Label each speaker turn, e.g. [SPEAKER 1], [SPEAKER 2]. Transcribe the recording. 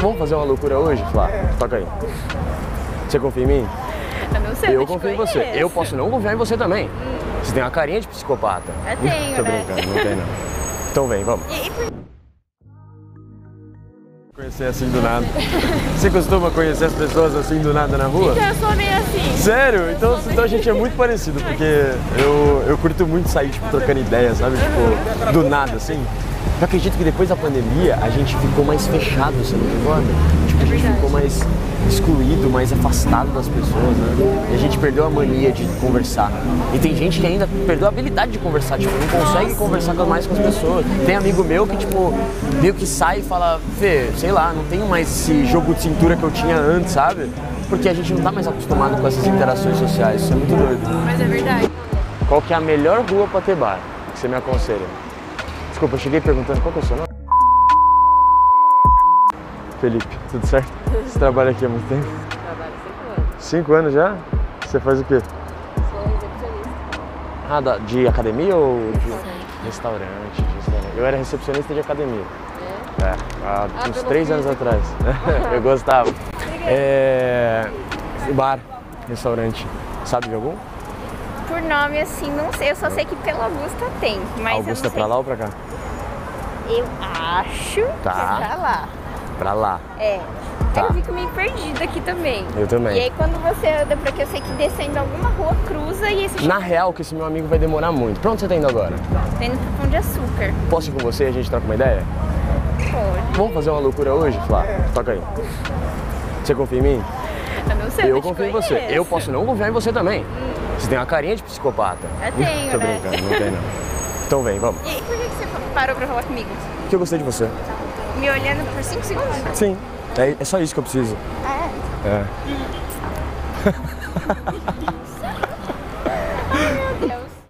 [SPEAKER 1] Vamos fazer uma loucura hoje, Flá? Toca aí. Você confia em mim?
[SPEAKER 2] Eu não sei,
[SPEAKER 1] eu
[SPEAKER 2] te
[SPEAKER 1] confio em você.
[SPEAKER 2] conheço.
[SPEAKER 1] Eu posso não confiar em você também. Você tem uma carinha de psicopata.
[SPEAKER 2] Eu tenho,
[SPEAKER 1] Tô
[SPEAKER 2] né?
[SPEAKER 1] brincando, não tem não. Então vem, vamos.
[SPEAKER 2] E- e por-
[SPEAKER 1] Conhecer assim do nada. Você costuma conhecer as pessoas assim do nada na rua?
[SPEAKER 2] Então eu sou meio assim.
[SPEAKER 1] Sério? Então, então a gente é muito parecido, porque eu, eu curto muito sair, tipo, trocando ideia, sabe? Tipo, do nada, assim. Eu acredito que depois da pandemia a gente ficou mais fechado, você não concorda? Tipo, a gente ficou mais excluído, mais afastado das pessoas, né? E a gente perdeu a mania de conversar. E tem gente que ainda perdeu a habilidade de conversar, tipo, não consegue conversar com- mais com as pessoas. Tem amigo meu que, tipo, meio que sai e fala, Fê, sei lá, não tenho mais esse jogo de cintura que eu tinha antes, sabe? Porque a gente não tá mais acostumado com essas interações sociais, isso é muito doido.
[SPEAKER 2] Mas é verdade.
[SPEAKER 1] Qual que é a melhor rua pra ter bar? Que você me aconselha? Desculpa, eu cheguei perguntando qual que é o seu nome? Felipe, tudo certo? Você trabalha aqui há muito tempo?
[SPEAKER 2] Trabalho cinco anos.
[SPEAKER 1] Cinco anos já? Você faz o quê?
[SPEAKER 2] Sou recepcionista.
[SPEAKER 1] Ah, da- de academia ou de restaurante? de restaurante. Eu era recepcionista de academia. É, há uns
[SPEAKER 2] Ah, pelo
[SPEAKER 1] três anos atrás. eu gostava. É, bar, restaurante. Sabe de algum?
[SPEAKER 2] Por nome assim, não sei. Eu só sei que pela Augusta tem. Mas
[SPEAKER 1] Augusta é
[SPEAKER 2] eu não sei.
[SPEAKER 1] pra lá ou pra cá?
[SPEAKER 2] Eu acho
[SPEAKER 1] Tá.
[SPEAKER 2] que é pra lá.
[SPEAKER 1] Pra lá.
[SPEAKER 2] É.
[SPEAKER 1] Tá.
[SPEAKER 2] Eu fico meio perdida aqui também.
[SPEAKER 1] Eu também.
[SPEAKER 2] E aí quando você anda, porque eu sei que descendo alguma rua cruza e esse
[SPEAKER 1] Na real, que esse meu amigo vai demorar muito. Pra onde você tá indo agora?
[SPEAKER 2] tá indo pro pão de açúcar.
[SPEAKER 1] Posso ir com você e a gente troca uma ideia?
[SPEAKER 2] Pode.
[SPEAKER 1] Vamos fazer uma loucura hoje, Flá? Toca aí. Você confia em mim?
[SPEAKER 2] Eu não sei,
[SPEAKER 1] Eu
[SPEAKER 2] te
[SPEAKER 1] confio em você.
[SPEAKER 2] conheço.
[SPEAKER 1] Eu posso não confiar em você também. Você tem uma carinha de psicopata.
[SPEAKER 2] Eu tenho,
[SPEAKER 1] Tô
[SPEAKER 2] né?
[SPEAKER 1] brincando, não tem não. Então vem, vamos.
[SPEAKER 2] E aí, por que que você parou pra falar comigo?
[SPEAKER 1] Porque eu gostei de você. é
[SPEAKER 2] Me olhando por 5 segundos?
[SPEAKER 1] Sim. É, é só isso que eu preciso.
[SPEAKER 2] Ah,
[SPEAKER 1] É.